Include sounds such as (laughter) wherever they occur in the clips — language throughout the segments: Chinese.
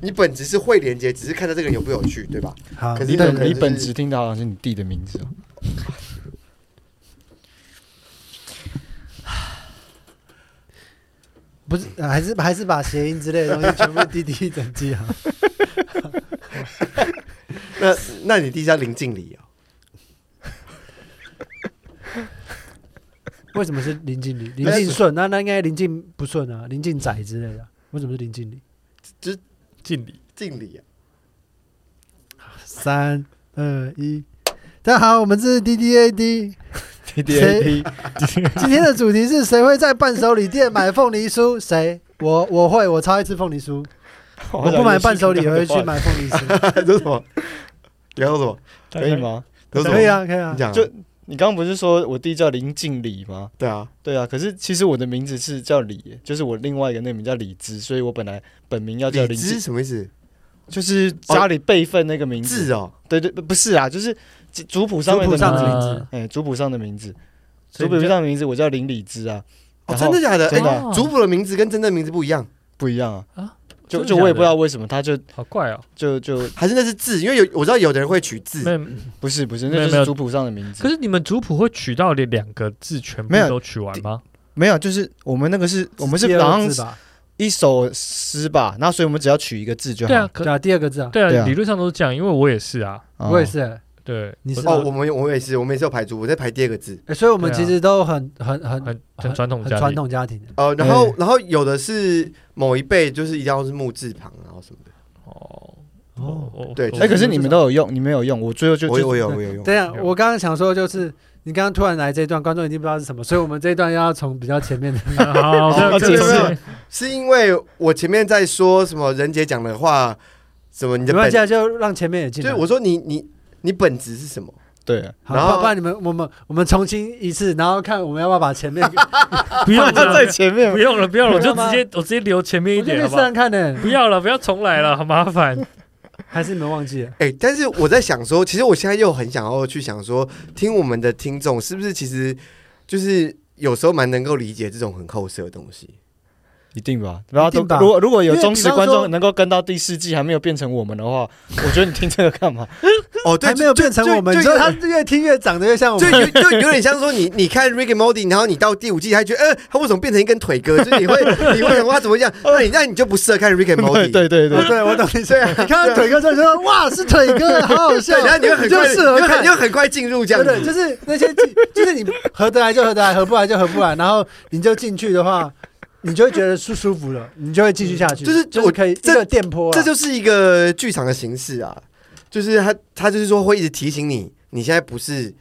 你本质是会连接，只是看到这个人有不有趣，对吧？好，可是你有本可能你就本是质听的好像是你弟的名字哦。不是，呃还是还是把谐音之类的东西全部滴滴整啊记好。那那你弟叫林敬礼哦， (laughs) 为什么是林敬礼？林但是敬顺？ (laughs) 那那应该林敬不顺啊，林敬仔之类的。为什么是林敬礼？敬礼。敬礼啊，三二一，大家好，我们是 D D A D。 D D A P， (laughs) 今天的主题是谁会在伴手礼店买凤梨酥？谁？我我会，我超爱吃凤梨酥。哦我不买伴手礼，我会去买凤梨 (laughs) 酥。 (laughs) 这是什么？你要说什么？可以？吗？这是什么可以，啊，可以啊你。讲啊就你刚刚不是说我弟叫林敬礼吗？对啊，对啊，可是其实我的名字是叫李耶，就是我另外一个那个名叫李芝，所以我本来本名要叫李林知敬，什么意思？就是家里辈分那个名字。字哦，对对，不是啊，就是族谱上面族谱的上名的字，名字哎，族谱上的名字，族所以谱你就上的名字我叫林李芝啊，哦，然真后的假的？真哎，的哦族谱的名字跟真正名字不一样，不一样啊，真就的就我也不知假道的，为什么他就好怪哦。就就还是那是字？因为有我知道有的人会取没字，有，不是不是，没有那就没有是族谱上的名字。可是你们族谱会取到连两个字全部没有都取完吗？没有，就是我们那个是我们是第好二个像字吧？一首诗吧，那所以我们只要取一个字就好。对啊，可对啊，第二个字啊。对对啊，啊理论上都是这样，因为我也是啊。哦我也。是欸。对，你是我哦，吗我们我们也是，我们也是有排族，我在排第二个字。欸所以我们对啊其实都很很很很很传统很家传庭。统家庭的。呃，然后哎然后有的是某一辈就是一定要是木字旁，然后什么的。哦哦，哦对哎、可是你们都有用，你们有用，我最后就我有就我有我有用，对啊，有我刚刚想说就是，你刚刚突然来这一段，观众一定不知道是 (laughs) 什么，所以我们这一段要从比较前面的嗯好，哦这这个个是是是因为我前面在说什么任杰讲的话，什么你没的关本系，啊，就让前面也进对，来。我说你你你本质是什么？ (laughs) 对，啊好，然后不然你们我们我们重新一次，然后看我们要不要把前面 (laughs) (laughs) 不用他在了，前面不，用了，不用了，我就不用吗直接我直接留前面一我这点，边好不试好？看看呢，不要了，不要重来了，好麻烦。还是你们忘记了？哎、但是我在想说，其实我现在又很想要去想说，听我们的听众是不是其实就是有时候蛮能够理解这种很后设的东西。一定吧？然后一都定吧如果如果有因为忠比实方观说众能够跟到第四季还没有变成我们 (laughs) 的话，我觉得你听这个干嘛？哦，对，还没有就变成就我们，就你说他越听越长得越像我就们。有就有点像说你你看 Rick and Morty，然后你到第五季还觉得，呃，他为什么变成一根腿哥？就是 (laughs) 你会你会想说他怎么会这样？那你那你就不适合看 Rick and 对 Morty。对对对哦，对，我懂你意思。 (laughs) 对啊你看到腿哥在说，哇，是腿哥，好好笑 (laughs) 对，。然后你会很你就快，适合你会很看你会很快进入这样对子。对，就是那些进，就是你合得来就合得来，合不来就合不来，然后你就进去的话，你就会觉得舒舒服了，你就会继续下去。嗯就是就是我可以这这个电波啊，这就是一个剧场的形式啊，就是他他就是说会一直提醒你，你现在不是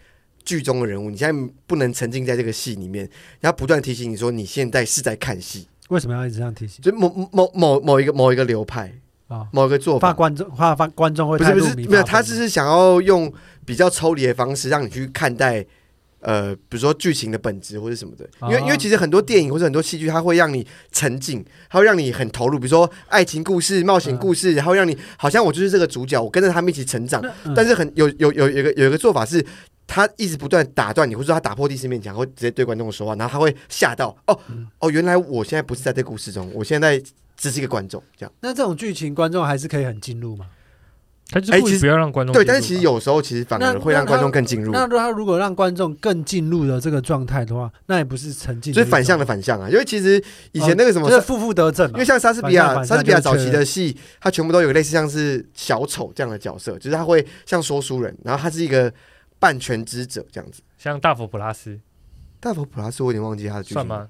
剧中的人物，你现在不能沉浸在这个戏里面，然后不断提醒你说你现在是在看戏，为什么要一直这样提醒就某某某某一个某一个流派，啊？某一个做怕法，观众怕怕观众会不太是不入是迷，没有，怕他观只众是想要用比较抽离的方式让你去看待。呃，比如说剧情的本质或者什么的，因为、哦因为其实很多电影或者很多戏剧，它会让你沉浸，它会让你很投入。比如说爱情故事、冒险故事，它会让你好像我就是这个主角，我跟着他们一起成长。嗯但是很有有有有一个有一个做法是，他一直不断打断你，或者说他打破第四面墙，会直接对观众说话，然后他会吓到哦、嗯哦，原来我现在不是在这故事中，我现在只是一个观众这样。那这种剧情观众还是可以很进入嘛？他就是哎故其意实不要让观众对，进入但是其实吧有时候其实反而那会让那观他众更进入，那如果他如果让观众更进入了这个状态的话，那也不是沉浸就的一是种，反向的反向啊。因为其实以前哦那个什么就，是负负得正因嘛为。像莎士比反向亚，反向莎士比亚就是早期的戏，它全部都有类似像是小丑这样的角色，就是他会像说书人，然后他是一个半全知者这样子。像大佛普拉斯大佛普拉斯我有点忘记他的剧算情，吗？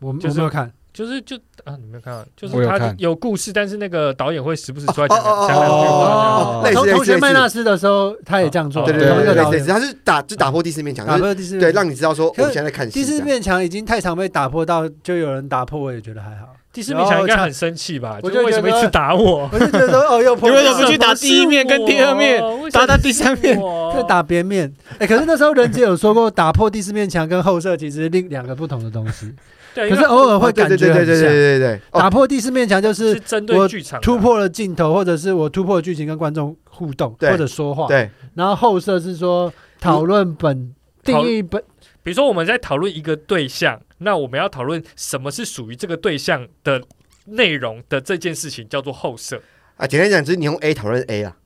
我我就是没有看，就是就啊，你没有看到，就我是有他看有故事，但是那个导演会时不时出来讲哦哦哦讲两句话这类同哦样似类似同学类似麦纳斯的时候，他也这样啊做，哦对对同一对个对导对对，他演。是打就打破第四面墙，打就是破第四对面让你知道说我可是现在在看第戏这四样。面墙已经太常被打破到，就有人打破，我也觉得还 (laughs) 好。第四面墙应该很生气吧？我就就为什么一直 (laughs) 打我？我就觉得说哦，又破你为掉什么去 (laughs) 了，打第一面跟第二面为什么是我打到第三面为什么是就我打边面。哎，可是那时候人杰有说过，打破第四面墙跟后设其实另两个不同的东西，对，可因是为偶尔会哦对感对觉对对很对对像。对对，哦打破第四面墙就是是针我对剧场的啊突，破了镜头，或者是我突破剧情跟观众互动对或者说话。哦对，然后后设是说讨论本定讨义本比如说我们在讨论一个对象，那我们要讨论什么是属于这个对象的内容的这件事情叫做后设，啊，简单讲就是你用 A 讨论 A 啦，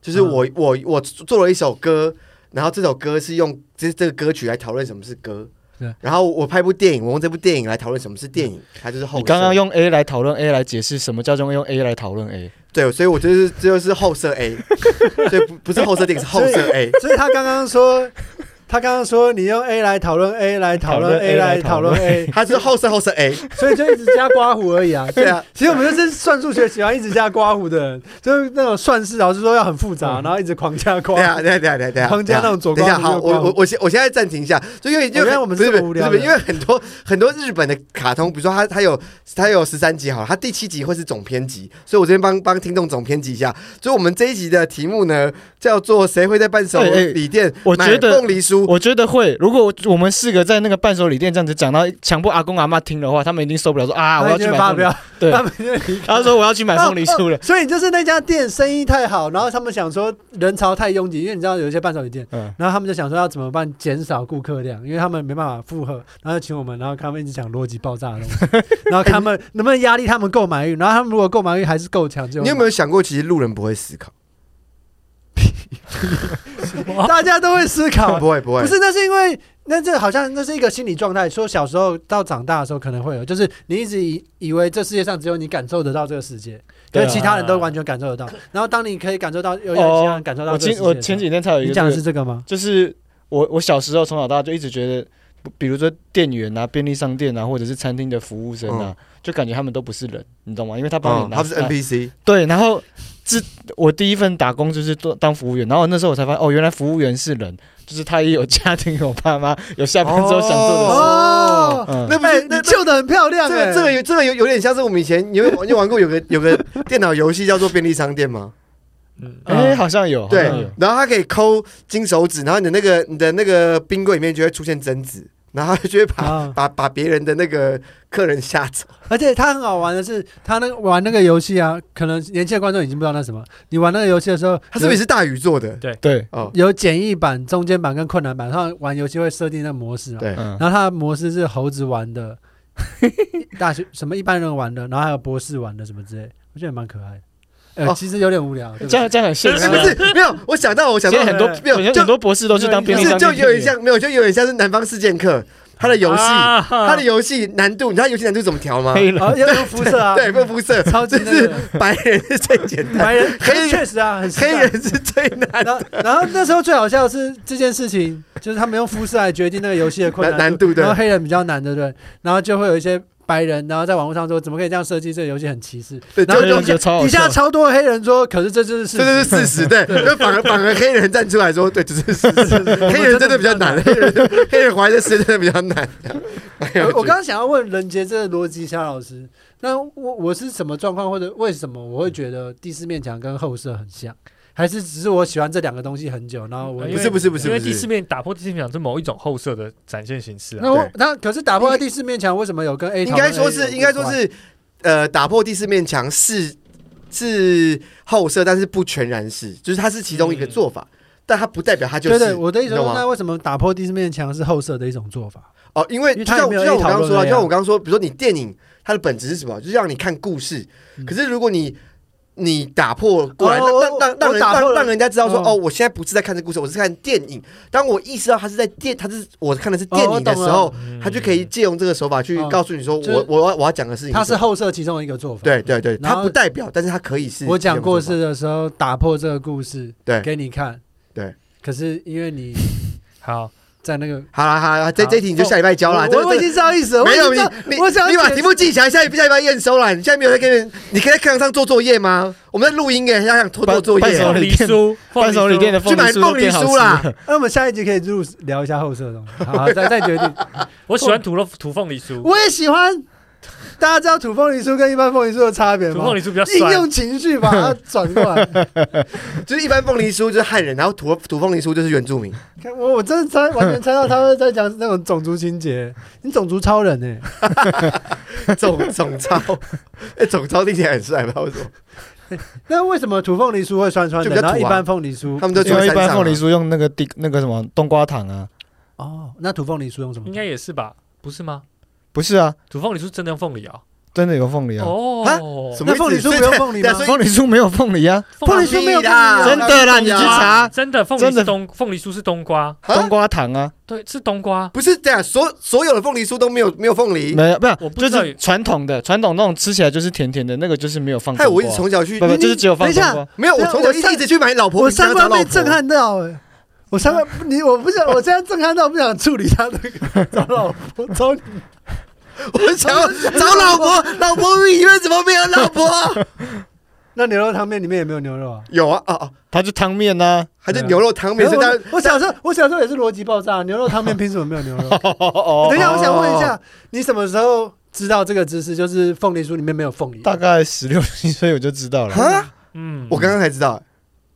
就是我、啊我我做了一首歌，然后这首歌是用这这个歌曲来讨论什么是歌对。然后我拍部电影，我用这部电影来讨论什么是电影，它就是后你设。刚刚用 A 来讨论 A 来解释什么叫做用 A 来讨论 A，对，所以我就是这就是后设 A，所以不不是后设电影是后设 (laughs) A。 (laughs) 所以他刚刚说，他刚刚说你用 A 来讨论 A 来讨论 A 来讨论 A，它是后设后设 A，所以就一直加刮胡而已啊。 (laughs) 对啊，其实我们就是算数学喜欢一直加刮胡的人，就是那种算式老师说要很复杂，然后一直狂加嗯刮对。啊，对啊，对啊，对啊，对啊。框架那种左等一刮下，胡好，右我刮我胡，我现我现在暂停一下，就因为因我觉为得我们不是这不么是无不聊是不的是因为很多很多日本的卡通，比如说它它有它有十三集好了，它第七集会是总编辑，所以我这边帮帮听众总编辑一下，所以我们这一集的题目呢叫做“谁会在伴手哎哎礼店我买觉得凤梨酥我觉得会。如果我们四个在那个伴手礼店这样子讲到强迫阿公阿妈听的话，他们一定受不了说啊，我他要们去就会买发凤梨飙，对，他们就会离开他说我要去买凤梨酥了。所以就是那家店生意太好，然后他们想说人潮太拥挤，因为你知道有一些伴手礼店，嗯，然后他们就想说要怎么办减少顾客量，因为他们没办法负荷，然后就请我们，然后他们一直讲逻辑爆炸的东西， (laughs) 然后看他们能不能压力他们购买欲，然后他们如果购买欲还是够强，就你有没有想过，其实路人不会思考？大家都会思考不，会不会，不是，那是因为那这好像那是一个心理状态，说小时候到长大的时候可能会有，就是你一直以以为这世界上只有你感受得到这个世界，对啊跟其他人都完全感受得到。然后当你可以感受到，有有其他人感受到我这个世前界的时候，我前几天才有一你个、讲这的个是这个吗？就是我我小时候从小到大就一直觉得，不比如说店员啊、便利商店啊，或者是餐厅的服务生啊，就感觉他们都不是人，你懂吗？因为他帮嗯你，拿、他不是 NPC，对，然后这我第一份打工就是做当服务员，然后那时候我才发现，哦，原来服务员是人，就是他也有家庭、有爸妈、有下班之后想做的事。哦哦，嗯那不哎是你那救的很漂亮这哎，个这个有这个有有点像是我们以前有有玩过有个有个电脑游戏叫做便利商店吗？嗯，哎、好像有，对好像有，然后它可以抠金手指，然后你的那个你的那个冰柜里面就会出现榛子，然后它就会把、啊把把别人的那个客人吓走。而且它很好玩的是，它那个玩那个游戏啊，可能年轻的观众已经不知道那什么。你玩那个游戏的时候，它是不是也是大鱼做的？对，哦，有有简易版、中间版跟困难版？它玩游戏会设定那个模式嘛？啊对，嗯，然后它的模式是猴子玩 (laughs) 的，大学什么一般人玩的，然后还有博士玩的什么之类，我觉得蛮可爱的。呃，哦其实有点无聊，对不这对样这样很现实、哎啊。不是没有，我想到我想现到在很多没有很就多很多博士都是当不便利是商店就有点店员像没有就有点像是南方四剑客它的游戏，啊它的游戏难度，你知道游戏难度怎么调吗？黑人，啊，要用肤色啊， (laughs) 对，不肤色，超级就那是个白人是最简单，白人，黑人确实啊，很实在黑人是最难然后，然后那时候最好笑的是这件事情，就是他们用肤色来决定那个游戏的困难难难度然的。后黑人比较难，对不对？然后就会有一些白人，然后在网络上说怎么可以这样设计这个游戏很歧视，对，就然后黑就人觉得超好底下笑。超多黑人说，可是这就是事这就实是。事实，对，就反而反而黑人站出来说，对，这是事实。黑人真的比较难，黑人黑人怀疑的事真的比较难。哎没有呃我我刚刚想要问任杰这个逻辑虾老师，那我我是什么状况，或者为什么我会觉得第四面墙跟后舍很像，还是只是我喜欢这两个东西很久，然后我呃不因为是不是不是因为不第四是，面打破第四面墙是某一种后设的展现形式啊。那我对那可是打破了第四面墙，为什么有跟 A 应该说是应该说是呃，打破第四面墙是是后设，但是不全然是，就是它是其中一个做法，但它不代表它就嗯对是。对，我的意思你懂说，吗那为什么打破第四面墙是后设的一种做法？哦，因为因为就它像也没有就像我 A 刚刚说讨论的，就啊了呀像我刚刚说，比如说你电影它的本质是什么？就是让你看故事。嗯可是如果你你打破过来，哦让让让让我我人打破让了让人家知道说，嗯哦，我现在不是在看这故事，我是看电影。当我意识到他是在电，他是我看的是电哦我影的时懂候，嗯他就可以借用这个手法去嗯告诉你说，就是我我要我要讲的事情它什是么。后设其中一个做法。对对对，然他后不代表，但是他可以是我讲故这事种的时候打破这个故事，对给你看，对。可是因为你好，在 (laughs) 那个，做法。好了好了，这这一题你就下礼拜交了。这我个我已经知道意思了，没有我已你经知道，你我想你把解题目记起来，下一下礼拜验收了。你现在没有在跟人，你可以在课堂上做作业吗？我们在录音耶，要想偷做作伴业手礼耶。凤梨酥，伴手礼店的凤梨去买酥都凤梨变好酥吃啦了， (laughs) 那我们下一集可以入聊一下后设的东西，好，好再再决定。我喜欢土凤土凤梨酥， (laughs) 我也喜欢，大家知道土凤梨酥跟一般凤梨酥的差别土吗凤？梨酥比较应酸，用情绪把它转过来， (laughs) 就是一般凤梨酥就是汉人，然后土土凤梨酥就是原住民。看我我真的猜完全猜到他会在讲那种种族情节，你种族超人哎、 (laughs) 总总超，哎、总超听起来很帅，不知道为什么。 (laughs) (laughs) 那为什么土凤梨酥会酸酸就的，比较然后土一啊般凤梨酥他们都因住为在一山般上、凤梨啊。酥用那个地那个什么冬瓜糖啊，哦，那土凤梨酥用什么应？该也是吧？不是吗？不是啊，土凤梨酥真的用凤梨啊？真的有凤梨啊，哦，什么意思那凤梨酥不用凤梨吗对啊所以凤梨酥没有凤梨啊，凤梨酥啊酥没有凤梨啊真的啦，你去查真的凤梨真的是冬凤梨酥是冬瓜，啊冬瓜糖啊，对，是冬瓜。不是这样，所所有的凤梨酥都没有没有凤梨。没有，不我是，啊不就知道是传统的，传统那种吃起来就是甜甜的，那个就是没有放害冬瓜。我一直从小去不，不，你就是只有放等一冬下瓜。没有，我对啊从小我一上一直去买老婆我饼想三要找观老被婆，震撼到哎、我三 (laughs) 观你我不想，我现在震撼到不想处理他那个 (laughs) 找老婆找你我想要找老婆，老婆饼里面怎么没有老婆？那牛肉汤面里面也没有牛肉啊。 (laughs) 有啊，哦哦，它就汤面啊呐、还是牛肉汤面，所以大家我我小时候我小时候也是逻辑爆炸，牛肉汤面凭什么没有牛肉？哦等一下，我想问一，下，你什么时候知道这个知识？就是凤梨酥里面没有凤梨。大概十六七岁我就知道了。啊，嗯，我刚刚才知道，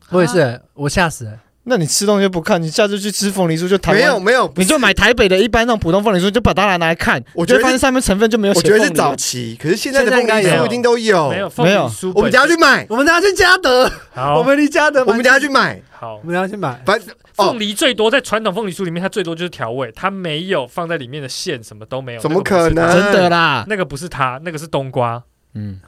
我也是，欸我吓死了。那你吃东西就不看，你下次去吃凤梨酥就台湾没有，没有，你就买台北的一般那种普通凤梨酥，就把它拿来看，我就觉得会发现上面成分就没有我写觉凤梨得了。是早期，可是现在的凤现梨在应该酥有一定都有没。有凤梨没有酥本身，我们等下去买，我们等下去嘉德，好，我们离嘉德蛮，我们等下哦去买，好我。们等下去买。反正哦凤，梨最多在传统凤梨酥里面，它最多就是调味，它没有放在里面的馅，什么都没有。怎么可能真的啦，那个不是它？那个不是它，那个是冬瓜。嗯，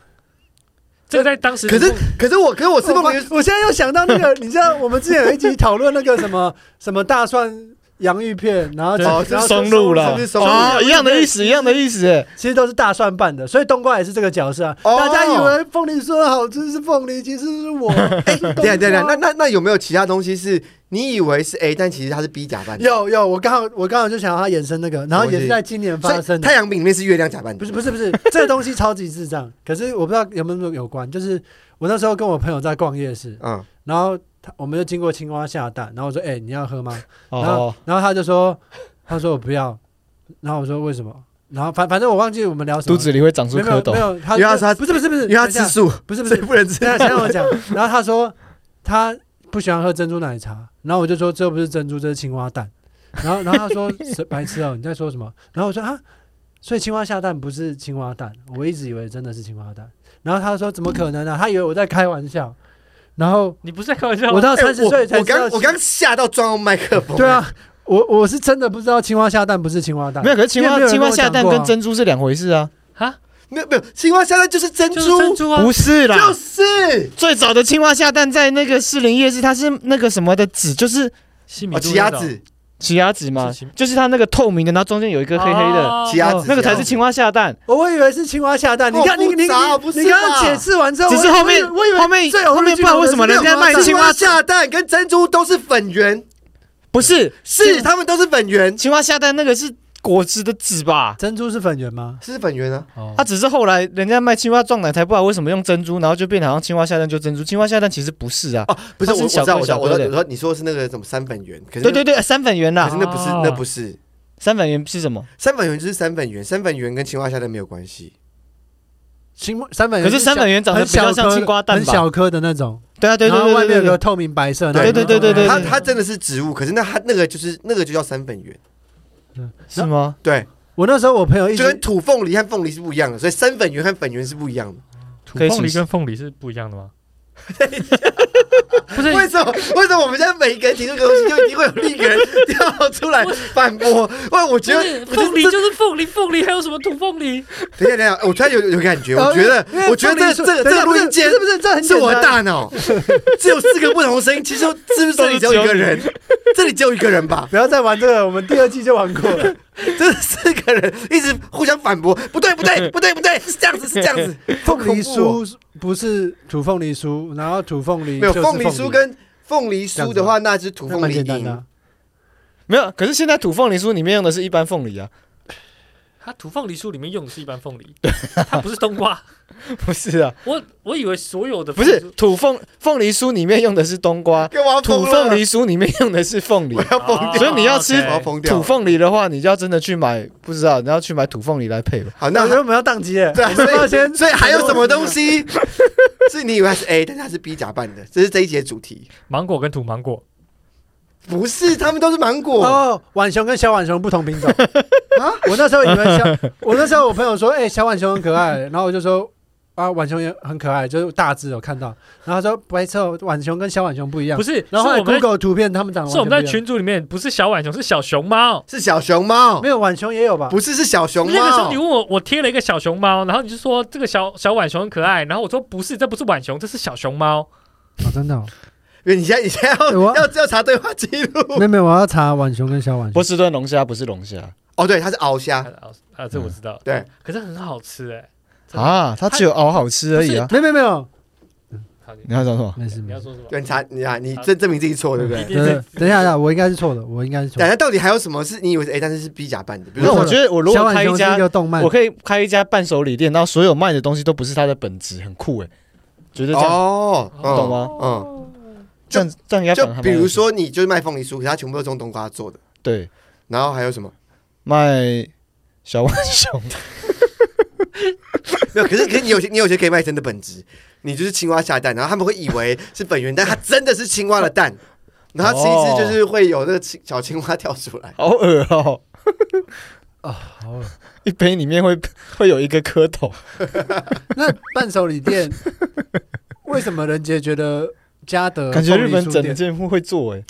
这个在当时可是可是我可是我吃凤梨，我我现在又想到那个，你知道我们之前有一集讨论那个什么什么大蒜洋芋片，然后对哦然后松露了啦是不是，松露哦，一样的意思，一样的意思。其实都是大蒜拌的，所以冬瓜也是这个角色啊。哦大家以为凤梨酥的好吃是凤梨，其实 (laughs) 是我。哎，对啊对啊，那那那有没有其他东西是你以为是 A，但其实它是 B 假 (laughs) 扮的？有有，我刚好我刚好就想要它延伸那个，然后也是在今年发所以生的。太阳饼里面是月亮假扮的，不是不是不是，这个东西超级智障。可是我不知道有没有有关，就是我那时候跟我朋友在逛夜市，嗯，然后他我们就经过青蛙下蛋，然后我说：“哎、你要喝吗？” (laughs) 然后、哦，然后他就说：“他说我不要。”然后我说：“为什么？”然后反反正我忘记我们聊什么，肚子里会长出没有没蝌有没蚪。有，他因为他是他不是不是不是，因为它吃等一下素，不是不所以是，不 (laughs) 能吃。等一下先让啊我讲。然后他说他不喜欢喝珍珠奶茶，然后我就说这不是珍珠，这是青蛙蛋。然后然后他说是白痴哦，你在说什么？然后我说啊，所以青蛙下蛋不是青蛙蛋，我一直以为真的是青蛙蛋。然后他说怎么可能呢、啊他以为我在开玩笑。然后你不是在开玩笑吗，我到哎三十岁我才我知道刚我刚吓到撞到麦克风，对，啊，我我是真的不知道青蛙下蛋不是青蛙蛋，没有，可是青因为蛙没有人青跟蛙我下蛋讲过啊跟珍珠是两回事啊，啊，没有没有，青蛙下蛋就是珍就是珍珠，珠啊不，是啦，就是最早的青蛙下蛋在那个士林夜市，它是那个什么的籽，就是西米哦，露奇亚那种籽，奇亚籽嘛是奇，就是它那个透明的，然后中间有一个黑黑的，哦奇亚籽，那个才是奇青蛙下蛋。我以为是青蛙下蛋。你看好你复你你杂哦不是你刚刚吧解释完之后，只是我后面我以为后面最有后面日剧不知道的为什么是人家没有卖蛋青青蛙蛙下蛋跟珍珠都是粉圆，不是，是他们都是粉圆，青蛙下蛋那个是果汁的籽吧？珍珠是粉圆吗？是粉圆啊，哦它只是后来人家卖青蛙撞奶才不知道为什么用珍珠，然后就变成好像青蛙下蛋就珍珠。青蛙下蛋其实不是啊，哦，不是它我是我知小道颗我知道小我颗知道的我知道你说的是那个什么三粉圆，可是那对对啊对，三粉圆可啦是，那不是哦那不是三粉圆是什么？三粉圆就是三粉圆，三粉圆跟青蛙下蛋没有关系，青三粉圆可是三粉圆长得很比较小像颗青瓜蛋很吧？小颗的那种，对啊，对对然后对外面对有个对，透明白色的对那种，对对对对它对它真的是植物，可是那它那个就是那个就叫三粉圆，是吗？对，我那时候我朋友一就跟直土凤梨和凤梨是不一样的，所以三粉圆和粉圆是不一样的。土可以凤请梨示跟凤梨是不一样的吗？不是，为什么？为什么我们现在每一个人提出一个东西，就一定会有另一个人跳出来反驳？喂，我觉就得是我觉得凤梨就是凤梨，凤梨还有什么土凤梨？等一下，等一下，我突然有有感觉，我觉得呃因为，我觉凤得梨这酥个这个这等一个下录音间不是不是这很是简我的单大脑，只有四个不同的声音，其实是不是这里只有一个人？这里只有一个人吧？ (laughs) 不要再玩这个，我们第二季就玩过了。这四个人一直互相反驳，不对，不对，不对，不对，是这样子，是这样子。凤好梨恐怖哦酥不是土凤梨酥，然后土凤梨没有就是凤梨酥跟凤梨这样酥子的话，那是土那凤蛮梨简单饮的。啊。没有，可是现在土凤梨酥里面用的是一般凤梨啊， (laughs) (laughs) 它土凤梨酥里面用的是一般凤梨， (laughs) 它不是冬瓜。不是啊，我我以为所有的不是土凤凤梨酥里面用的是冬 (laughs) 瓜，干嘛土凤梨酥里面用的是凤梨我。要疯掉，所以你要吃我要疯掉。土凤梨的话，你就要真的去买，不知道你要去买土凤梨来配吧。好，那那我觉得我们要宕机耶， (laughs) 对啊，我们要所先以所以还有什么东 (laughs) 西是你以为它是 A，但是它是 B 假扮的？这是这一节主题，芒果跟土芒果，不是？他们都是芒果哦，浣熊跟小浣熊不同品种啊！我那时候以为小，我那时候我朋友说，哎、小浣熊很可爱，然后我就说，啊，浣熊也很可爱，就是大只有看到。然后他说白痴哦，浣熊跟小浣熊不一样不。是，然后后是来我们在 Google 图片他们长得是我完们全在不一样群组里面，不是小浣熊，是小熊猫。 (laughs) 是小熊猫，没有浣熊也有吧？不是是小熊那个时候猫你。问我，我贴了一个小熊猫，然后你就说这个小小浣熊很可爱，然后我说不是，这不是浣熊，这是小熊猫。哦真的哦，因为你现在你现在对要我要调查对话记录没有没有，我要查浣熊跟小浣波熊。士顿龙虾不是龙虾哦，对，它是鳌虾，啊啊，这我知道。对，可是很好吃哎。真的，啊，它只有熬好吃而已啊。没有没有没有，好你你要讲什么？没事你没要事。说什么？对，你查你啊，你证证明自己错，对不对？一定是对等一下，等一下，我应该是错的，我应该是错等的。下到底还有什么是你以为是 A，但是是 B 甲办的？比如那说我觉得我如小果浣开一熊是家一个动漫我，可以开一家伴手礼店，然后所有卖的东西都不是它的本质，很酷哎、觉得这样、哦，嗯懂吗？嗯，这样这样应该就反而还蛮比如有趣的说你就是卖凤梨酥，可是它全部都是用冬瓜做的，对然后还有什么？卖小浣熊，没有，可是可是你有些你有些可以卖真的本质，你就是青蛙下蛋，然后他们会以为是本源蛋，它真的是青蛙的哦蛋，然后吃一吃就是会有那个青小青蛙跳出来。好恶哦、好恶 (laughs) 一杯里面会会有一个蝌蚪， (laughs) 那伴手礼店，为什么人杰觉得嘉德感觉凤梨日本酥整店间会做哎、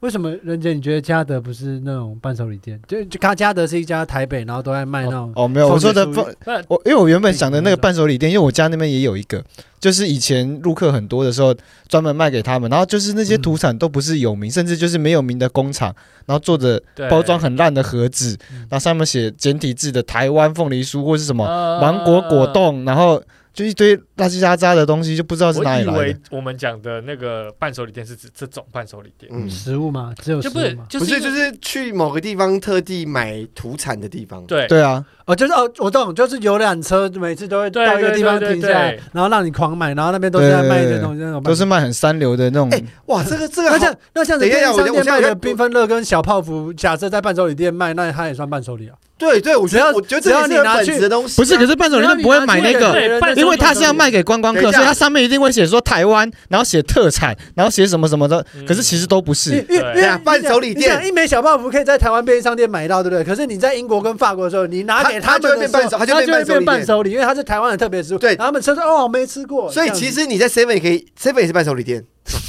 为什么人杰你觉得嘉德不是那种伴手礼店？就就嘉嘉德是一家台北，然后都在卖那种哦，没有，凤梨我说的酥凤那，我因为我原本想的那个伴手礼店，因为我家那边也有一个，就是以前入客很多的时候，专门卖给他们，然后就是那些土产都不是有名，甚至就是没有名的工厂，然后做的对包装很烂的盒子，然后上面写简体字的台湾凤梨酥或是什么芒果果。呃冻，然后就一堆垃圾渣渣的东西，就不知道是我哪里以来为的。我们讲的那个伴手礼店是指这种伴手礼店，嗯，食物嘛，只有食就物不是嘛。就是不是，就因为是去某个地方特地买土产的地方。对对啊，哦，就是哦，我懂，就是游览车每次都会对到一个对地方对停下来对，然后让你狂买，然后那边都是在卖一堆东西，那种卖都是卖很三流的那种。哎哇，这个这个那好像那像等是一下便利商我店先我卖先的缤纷乐跟小泡芙，假设在伴手礼店卖，那它也算伴手礼啊。对对，我觉只得要我觉得只这要个是你有拿本去质的东西不。是，可是伴手礼店不会买那然后个你拿出一对伴手礼因为他是要卖给观光等客，一下所以他上面一定会写说台湾，然后写特产，然后写什么什么的。嗯可是其实都不是，因为因对为因啊为伴手礼你店想一枚小泡芙可以在台湾便利商店买到，对不对？可是你在英国跟法国的时候，你拿给它它们的时候就会变伴手它它就就会变会变伴伴手礼，因为它是台湾的特别食物。对然后他们吃说哦，没吃过。所以这样子其实你在 Seven 也可以，Seven 也是伴手礼店，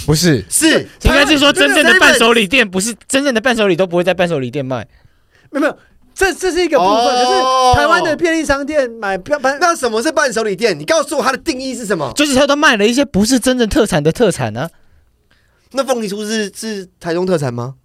不是。是应该是说真正的伴礼。手礼店，不是真正的伴手礼都不会在伴手礼店卖。没有没有，这这是一个部分。哦可是台湾的便利商店买伴伴那什么是伴手礼店？你告诉我它的定义是什么？就是他都卖了一些不是真正特产的特产啊。那凤梨酥是是台中特产吗？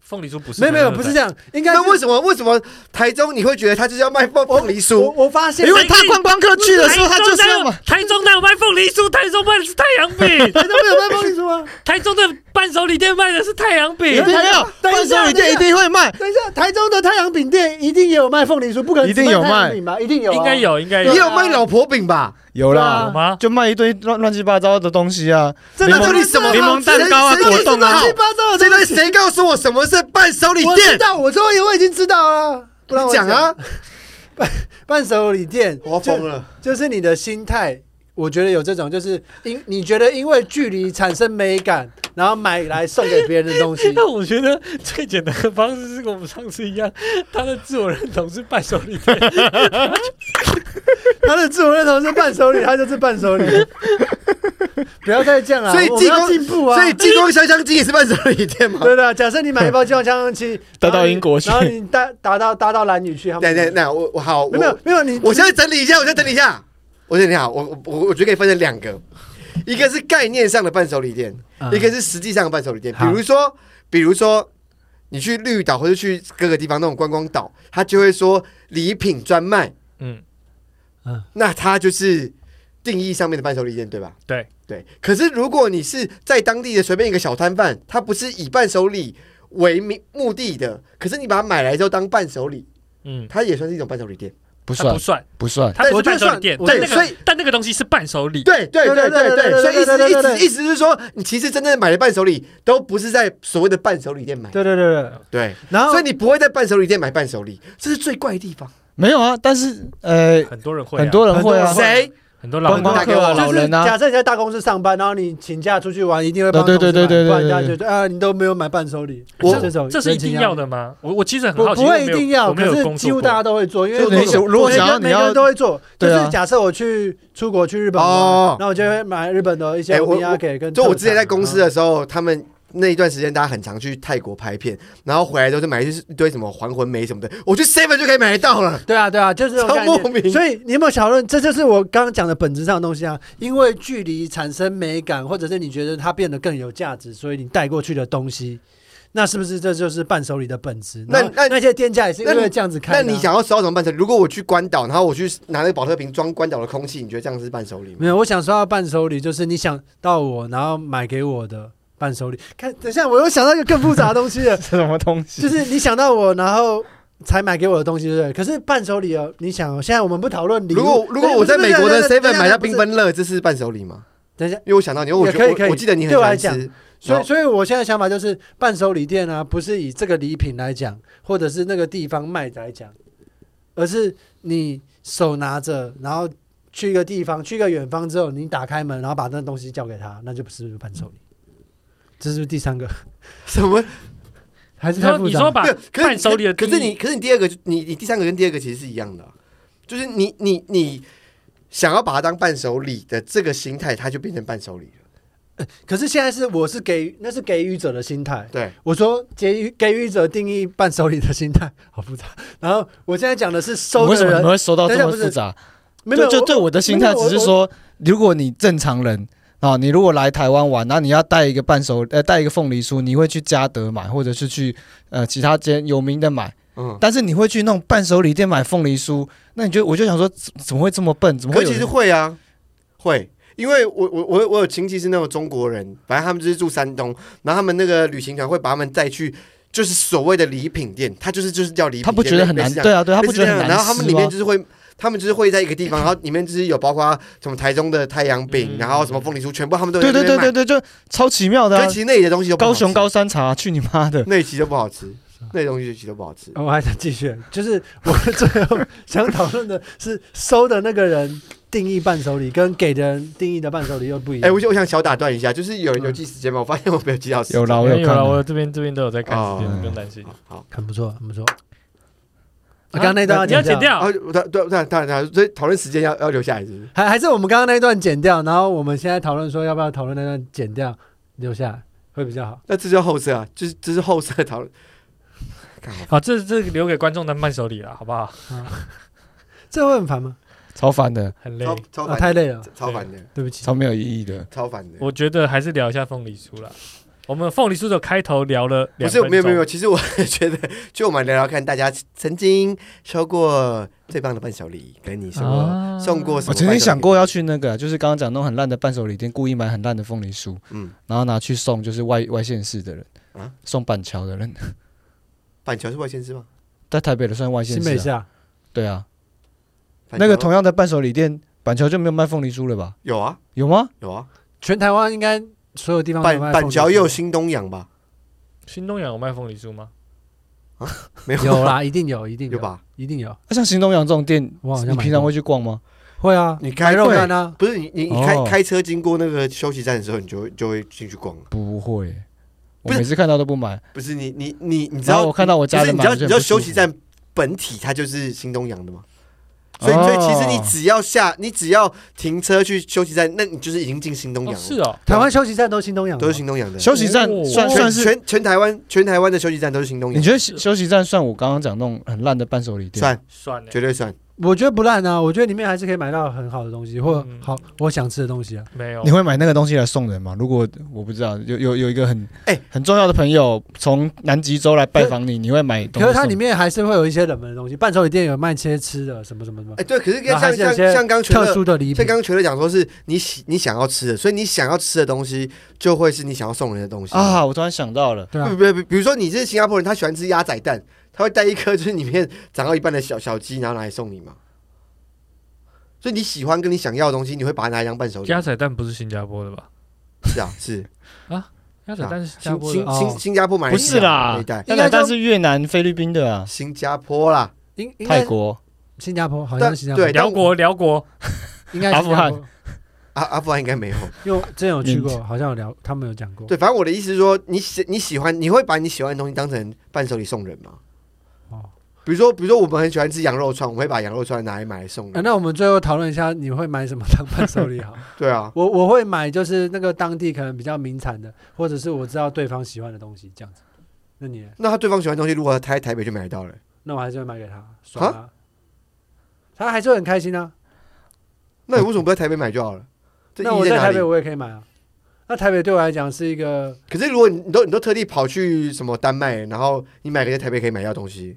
凤梨酥不是没有没有那个不是这样，应该是那为什么为什么台中你会觉得它就是要卖凤凤梨我酥？我发现因为他观光客去的时候，他台就中是哪要有买。台中哪有卖凤梨酥？台中卖的是太阳饼， (laughs) 台中没有卖凤梨酥 (laughs) 啊。台中的伴手礼店卖的是太阳一饼定。要等一伴手下礼店等一下一定会卖，等一下，台中的太阳饼店一定也有卖凤梨酥，不可能一定有卖只太阳饼吧？一定有啊，应该有，应该也有有卖老婆饼吧？有有啦，吗？。就卖一堆乱乱七八糟的东西啊。真柠的檬那到底什么柠檬蛋糕啊谁果冻谁乱啊七八糟的这东个西。谁告诉我什么是伴手礼我知店？道，我终于我已经知道了。不然我讲啊，，伴手礼店，我要就疯了！就是你的心态。我觉得有这种，就是因你觉得因为距离产生美感，然后买来送给别人的东 (laughs) 西那我觉得最简单的方式是跟我们上次一样，他的自我认同是伴手礼店。他的自我认同是伴手礼，他就是 (laughs) 伴手礼。不要再这样了，所以我们进要攻进步啊！所以激光香香鸡也是伴手礼店吗？对的，假设你买一包金黄香 (laughs) 香鸡，带然后到你英国去然后你搭搭到搭到蓝屿去，他那们那那我我好，我没有没有你，我现在整理一下，我先整理一下，我整理好，我我我我觉得可以分成两个，一个是概念上的伴手礼店，嗯一个是实际上的伴手礼店，比好如说，比如说你去绿岛或者去各个地方那种观光岛，他就会说礼品专卖，嗯，那它就是定义上面的伴手礼店，对吧？对对。可是如果你是在当地的随便一个小摊贩，它不是以伴手礼为目目的的，可是你把它买来之后当伴手礼，嗯，它也算是一种伴手礼店。啊不它算不，算，不算。它嗯不我觉得是伴手礼算店，我但觉那得个算但那个东西是伴手礼。对对对对对对对，对所以意对对对思对意对思意思是说，你其实真正买的伴手礼都不是在所谓的伴手礼店买，对对对对，对，然后所以你不会在伴手礼店买伴手礼，这是最怪的地方。没有啊，但是呃，很多人会啊，很多人会很多啊人。会谁？很多老观人光大客哥啊、就老是人啊假，设你在大公司上班，然后你请假出去玩，一定会帮对对对对对同事买不然对大家觉对得啊，你都没有买伴手礼，我这种这是一定要。的吗？我我其实很好我奇，不因为会我一没有定要，我没可有是工几乎作大过。家都会做，因为就你我如果每个想要每你个要人都会做，就对啊，是假设我去出国去日本哦玩，那我就会买日本的一些哎我欧米亚给跟特就产。嗯我之前在公司的时候，他们那一段时间大家很常去泰国拍片，然后回来之后就买一堆一堆什么还魂梅什么的，我去 Seven 就可以买得到 (laughs) 了。对啊，对啊，就是这种超概念莫名所以你有没有讨论？这就是我刚刚讲的本质上的东西啊。因为距离产生美感，或者是你觉得它变得更有价值，所以你带过去的东西，那是不是这就是伴手礼的本质？那然后那那些店家也是因那你为这样子看、啊那你。想要收到什么伴手礼？如果我去关岛，然后我去拿那个保特瓶装关岛的空气，你觉得这样是伴手礼没吗？有，我想说到伴手礼，就是你想到我，然后买给我的伴手礼。看，等一下，我又想到一个更复杂的东西 (laughs) 了什么 (laughs) 东西？就是你想到我，然后才买给我的东西，对不对？可是伴手礼哦，你想哦，现在我们不讨论礼物。如果如果我在美国的不是不是 Seven 买到不是缤纷乐，这是伴手礼吗？等一下，因为我想到你，因为我也觉得可以可以我我记得你很对我来喜欢吃，所然后以，所以我现在想法就是，伴手礼店啊，不是以这个礼品来讲，或者是那个地方卖来讲，而是你手拿着，然后去一个地方，去一个远方之后，你打开门，然后把那东西交给他，那就不是伴手礼。嗯这是不是第三个， (laughs) 什么？还是你太说复你杂说了？把对，可是伴手礼的可是定你，义可是你第二个就，你你第三个跟第二个其实是一样的啊、就是你你你想要把它当伴手礼的这个心态，它就变成伴手礼了。可是现在是我是给予，那是给予者的心态。对，我说给予给予者定义伴手礼的心态好复杂。然后我现在讲的是收为什的么你人们，会收到这等一么下不是复杂？没有没就有就我对我的心态，没有只我是说，如果你正常人啊，你如果来台湾玩，那你要带一个伴手，呃，带一个凤梨酥，你会去嘉德买，或者是去呃其他间有名的买，嗯。但是你会去那种伴手礼店买凤梨酥，那你就我就想说，怎怎么会这么笨？怎么可会是有其人实会啊，会，因为我我我我有亲戚是那种中国人，反正他们就是住山东，然后他们那个旅行团会把他们带去，就是所谓的礼品店，他就是就是叫礼品店，他不觉得很类难？似这样对啊，对，他类不似觉得这很样难啊然后他们吃里面吗？就是会。他们就是会在一个地方，然后里面就是有包括什么台中的太阳饼，嗯然后什么凤梨酥，全部他们都对有在对那边对卖对对，就超奇妙的啊可是！其实那里的东西都不好高吃雄高山茶，去你 (laughs) 妈的！那里其实都不好吃，那里东西其实都不好吃。哦我还想继续，就是我们最后想讨论的是收的那个人定义伴手礼，跟给的人定义的伴手礼又不一哎，样。我就我想小打断一下，就是有嗯有记时间吗？我发现我没有记到时间。有啦，我没有看啊了，了，我这边这边都有在看时哦嗯间，不用担心。好，很不错，很不错。啊啊刚刚那啊段你要剪剪然掉后，对对对对对，所以讨论时间要要留下来，是不是？还还是我们刚刚那一段剪掉，然后我们现在讨论说要不要讨论那段剪掉留下来会比较好。那这就后设啊，就是这是后设讨论。干好好，这这个留给观众当伴手礼了，好不好？这会很烦吗？超烦的，很累，超超啊，烦，太累了，超烦的，对不起。超没有意义的。超烦的。我觉得还是聊一下凤梨酥啦。我们凤梨酥的开头聊了不两是分钟，没有没有没有，其实我觉得，就我们聊聊看，大家曾经收过最棒的伴手礼，跟你收过啊送过什么？我曾经想过要，去那个，啊就是刚刚讲那种很烂的伴手礼店，故意买很烂的凤梨酥，嗯，然后拿去送就是外外县市的人，啊送板桥的人， (laughs) 板桥是外县市吗？在台北的算外新县市、北啊，下，对啊，板那个桥同样的伴手礼店，板桥就没有卖凤梨酥了吧？有啊有吗？有啊，全台湾应该所有地方都板卖板凤梨桥酥也有新东阳吧？新东阳有卖凤梨酥吗？没有有啦，一定有，一 (laughs) 定有？吧？一定有，那啊像新东阳这种店，我好像你买平常过会去逛吗？会啊，你买开肉会干啊，不是你你你开哦开车经过那个休息站的时候，你就会就会进去逛了。不会，我不是每次看到都不买。不是你你你你知然道后我看到我家就是人你买，知道我你知就很道不舒休服息，站本体它就是新东阳的嘛，所以哦所以其实你只要下，你只要停车去休息站，那你就是已经进新东哦，阳是了，哦，台湾休息站都新东阳的，都是新东阳的。啊休息站哦算全算是？全全台湾全台湾的休息站都是新东你阳，觉得休息站算我刚刚讲那种很烂的伴手礼店？算算了，绝对算。我觉得不烂啊，我觉得里面还是可以买到很好的东西，或嗯好我想吃的东西啊。没有你。会买那个东西来送人吗？如果我不知道，有有有一个很哎很重要的朋友从南极洲来拜访你，你会买东西送？可是它里面还是会有一些冷门的东西，伴手礼店有卖些吃的，什么什么什么哎，对，可是然像后像还是有像些像刚全特乐殊的礼像品。刚全乐讲说是你喜你想要吃的，所以你想要吃的东西就会是你想要送人的东西啊，我突然想到了，对啊不，不不，比如说你是新加坡人，他喜欢吃鸭仔蛋，他会带一颗就是里面长到一半的小小鸡，然后拿来送你嘛。所以你喜欢跟你想要的东西，你会把它拿来当伴手礼。鸭仔蛋不是新加坡的吧？是啊，是鸭仔蛋是新加新坡的新啊，啊新新加坡买不是啦那一，带但应该但说是越南、菲律宾的啊，新加坡啦，应应该泰国新加坡好像但是新加坡对，辽国辽国应该是阿富这样汗过，阿阿富汗啊应该 (laughs) 没有。因为我之前有去过，嗯好像有聊，他们有讲过。对，反正我的意思是说，你喜你喜欢，你会把你喜欢的东西当成伴手礼送人吗？哦比如说，比如说我们很喜欢吃羊肉串，我们会把羊肉串拿来买来送啊嗯人。那我们最后讨论一下，你会买什么当伴手礼好？对啊，我我会买就是那个当地可能比较名产的，或者是我知道对方喜欢的东西这样子。那你呢那他对方喜欢的东西，如果他在台北就买得到了，那我还是会买给他，爽啊！他还是会很开心啊。那你为什么不在台北买就好了？这那意我义在哪台北里？我也可以买啊。那台北对我来讲是一个，可是如果你你都你都特地跑去什么丹麦，然后你买个在台北可以买到的东西，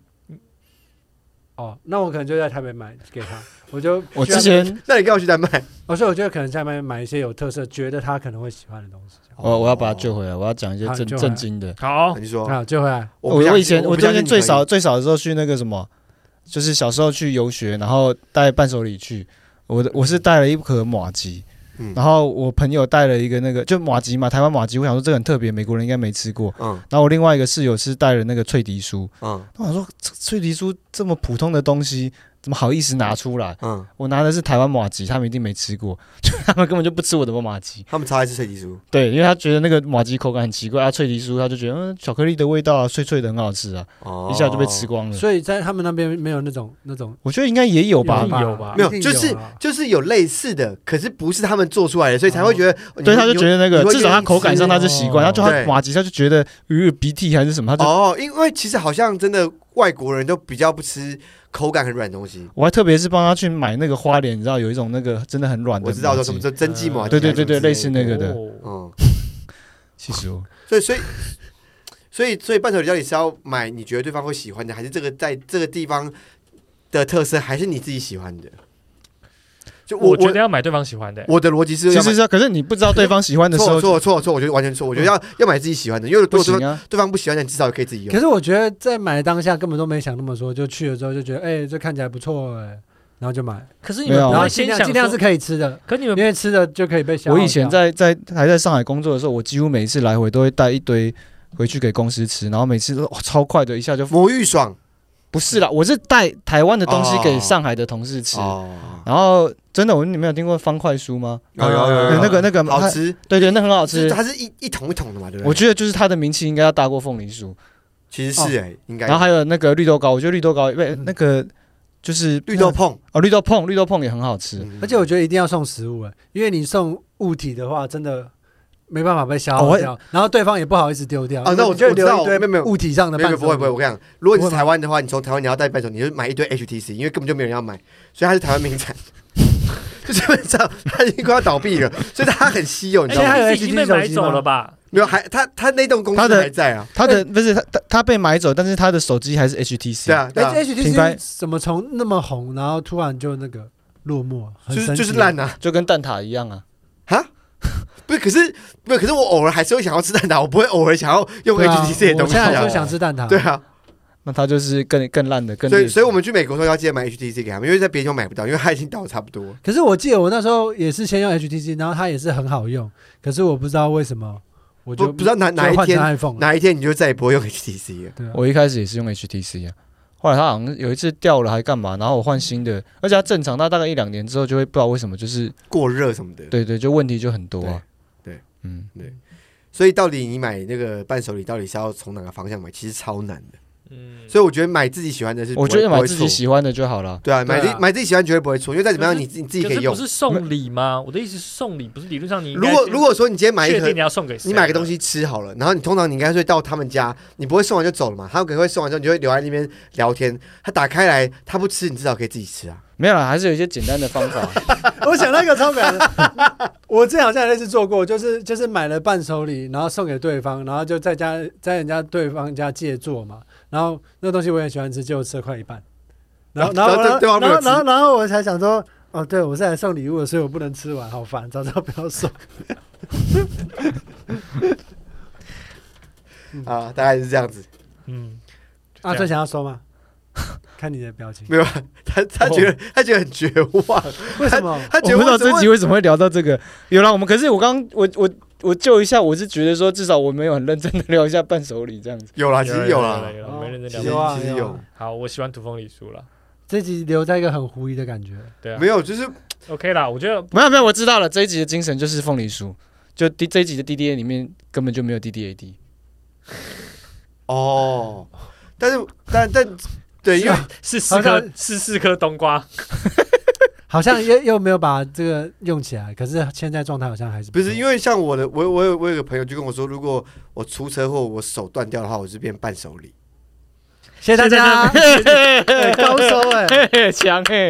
哦，那我可能就在台北买给他，我就我去那之前那你干嘛去 (laughs) 丹麦？哦，所以我觉得可能在外面买一些有特色，觉得他可能会喜欢的东西。这样哦我我要把哦他救回来，我要讲一些好正救回来震惊的。好哦。，你说，好，就回来。不我相我以信前我我不之相信前你最可以少最少的时候去那个什么，就是小时候去游学，然后带伴手礼去。我的我是带了一盒马吉嗯，然后我朋友带了一个那个就马吉嘛，台湾马吉，我想说这个很特别，美国人应该没吃过。嗯然后我另外一个室友是带了那个脆皮酥，嗯那我想说这脆皮酥这么普通的东西，怎么好意思拿出来？嗯，我拿的是台湾马吉，他们一定没吃过，就他们根本就不吃我的马吉。他们超爱吃脆皮酥，对，因为他觉得那个马吉口感很奇怪，啊，脆皮酥他就觉得嗯，巧克力的味道啊，脆脆的很好吃啊，哦 (laughs) 一下就被吃光了。所以在他们那边没有那种那种我觉得应该也有吧有，吧没有一定就是啊就是有类似的，可是不是他们做出来的，所以才会觉得。哦对，他就觉得那你个会至少他愿意口感吃上他是习惯，哦他就他对马吉他就觉得呃鼻涕还是什么，他就哦，因为其实好像真的外国人都比较不吃口感很软的东西。我还特别是帮他去买那个花莲，你知道有一种那个真的很软的麻我吉，知道说什么叫蒸鸡嗯毛，对对对对，类似那个的，嗯，哦气死我！所以所以所以所以伴手礼到底是要买你觉得对方会喜欢的，还是这个在这个地方的特色，还是你自己喜欢的？就我我觉我得要买对方喜欢的。我的逻辑是其要实买。是，可是你不知道对方喜欢的时错候嗯错错错，我觉得完全错。我觉得要要买自己喜欢的，因为如不果对行方啊，对方不喜欢的，你至少也可以自己用可。是我觉得在买的当下根本都没想那么多，就去了之后就觉得，哎、这看起来不错哎、然后就买，可是你没有啊们不然后会尽先量想尽量是说，可以吃的，可你因们为吃的就可以被消耗我掉。以前在在还在上海工作的时候，我几乎每一次来回都会带一堆回去给公司吃，然后每次都、哇超快的，一下就魔芋爽不是啦，我是带台湾的东西给哦上海的同事吃。哦，啊然后真的，我你没有听过方块酥吗？有有有有那个那个好吃，对对，那很好就是吃。它是一一桶一桶的嘛，对不我对？觉得就是它的名气应该要大过凤梨酥。其实是哎，应该哦然后还有那个绿豆糕，我觉得绿豆糕不那个就是嗯绿豆碰，哦，绿豆碰绿豆碰也很好吃。嗯而且我觉得一定要送食物哎、因为你送物体的话，真的没办法被消哦耗我掉，然后对方也不好意思丢掉。哦那我你就我知道留一堆没有没有物体上的没有没伴手有礼不会不会，我跟你讲，如果你不会是吗台湾的话，你从台湾你要带伴手，你就买一堆 HTC，因为根本就没有人要买，所以它是台湾名 (laughs) 产。就基本上它已经快要倒闭了，所以它很稀有，你哎，知道现吗在？还有你自己已经被 HTC 买手机吗走了吧？没有，还它它那栋公司它的还在啊，他的不是他他他被买走，但是他的手机还是 HTC。对啊对啊哎，品牌 HTC 怎么从那么红，然后突然就那个落寞，哎很就是神就奇是烂啊，就跟蛋挞一样啊。哈。不是，可是不是，可是我偶尔还是会想要吃蛋挞，我不会偶尔想要用对啊 HTC 的东西我现在啊就。想吃蛋挞，对啊，那它就是更更烂的，更所以劣质所以我们去美国的时候要记得买 HTC 给他们，因为在别地方买不到，因为它已经倒得差不多。可是我记得我那时候也是先用 HTC，然后它也是很好用，可是我不知道为什么，我就不不知道哪哪就一换成天 iPhone 了。哪一天你就再也不会用 HTC 了。对啊，我一开始也是用 HTC 啊，后来它好像有一次掉了还干嘛，然后我换新的，而且它正常，它大概一两年之后就会不知道为什么，就是过热什么的。对对，就问题就很多啊。对对，嗯，所以到底你买那个伴手礼，到底是要从哪个方向买？其实超难的。嗯，所以我觉得买自己喜欢的是不会，我觉得不买会自错己喜欢的就好了。对啊，买自对啊买自己喜欢绝对不会错，因为再怎么样可你是自己你自己可可以是不用。是送礼吗？我的意思是送礼，不是理论上你应如该果先如果说你今天买一确盒定你，要啊送给谁，你买个东，西吃好了，然后你通常你应该会到他们家，你不会送完就走了嘛？他们可能会送完之后，你就会留在那边聊天。他打开来，他不吃，你至少可以自己吃啊。没有啦，还是有一些简单的方法。 (laughs) 我想到一个超美的， (laughs) 我之前好像也类似做过，就是就是买了伴手礼，然后送给对方，然后就在家在人家对方家借做嘛，然后那东西我也很喜欢吃，结果吃了快一半，然后然后后啊然后对然方没有后然后吃然后然后我才想说，哦，对我是来送礼物的，所以我不能吃完，好烦，早知道不要 (laughs) 送。啊，大概是这样子。嗯，阿啊这样啊最想要 (laughs) 收吗？看你的表情，没有啊，他他觉得他觉得很绝望，为什么？他觉哦我得不知道为什么这集为什么会聊到这个。有啦，我们可是我刚我我我救一下，我是觉得说至少我没有很认真的聊一下伴手礼这样子。有啦，啊其实有了，啦，有 (laughs) 了，没认其真实聊过。啊哦其实有啊有。好，我喜欢土风礼书了，这集留在一个很狐疑的感觉。对啊没，有，就是 OK 啦，我觉得没有没有，我知道了。这一集的精神就是凤梨酥，就第这一集的 DDA 里面根本就没有 DDAD。哦，但是但但对，因为是四好颗像是四颗冬瓜，好像又又没有把这个用起来，可是现在状态好像还是不是为因为像我的，我我有我有个朋友就跟我说，如果我出车祸，我手断掉的话，我就变伴手礼。 (laughs) 谢谢大家，哎高收哎、欸嘿嘿，强嘿，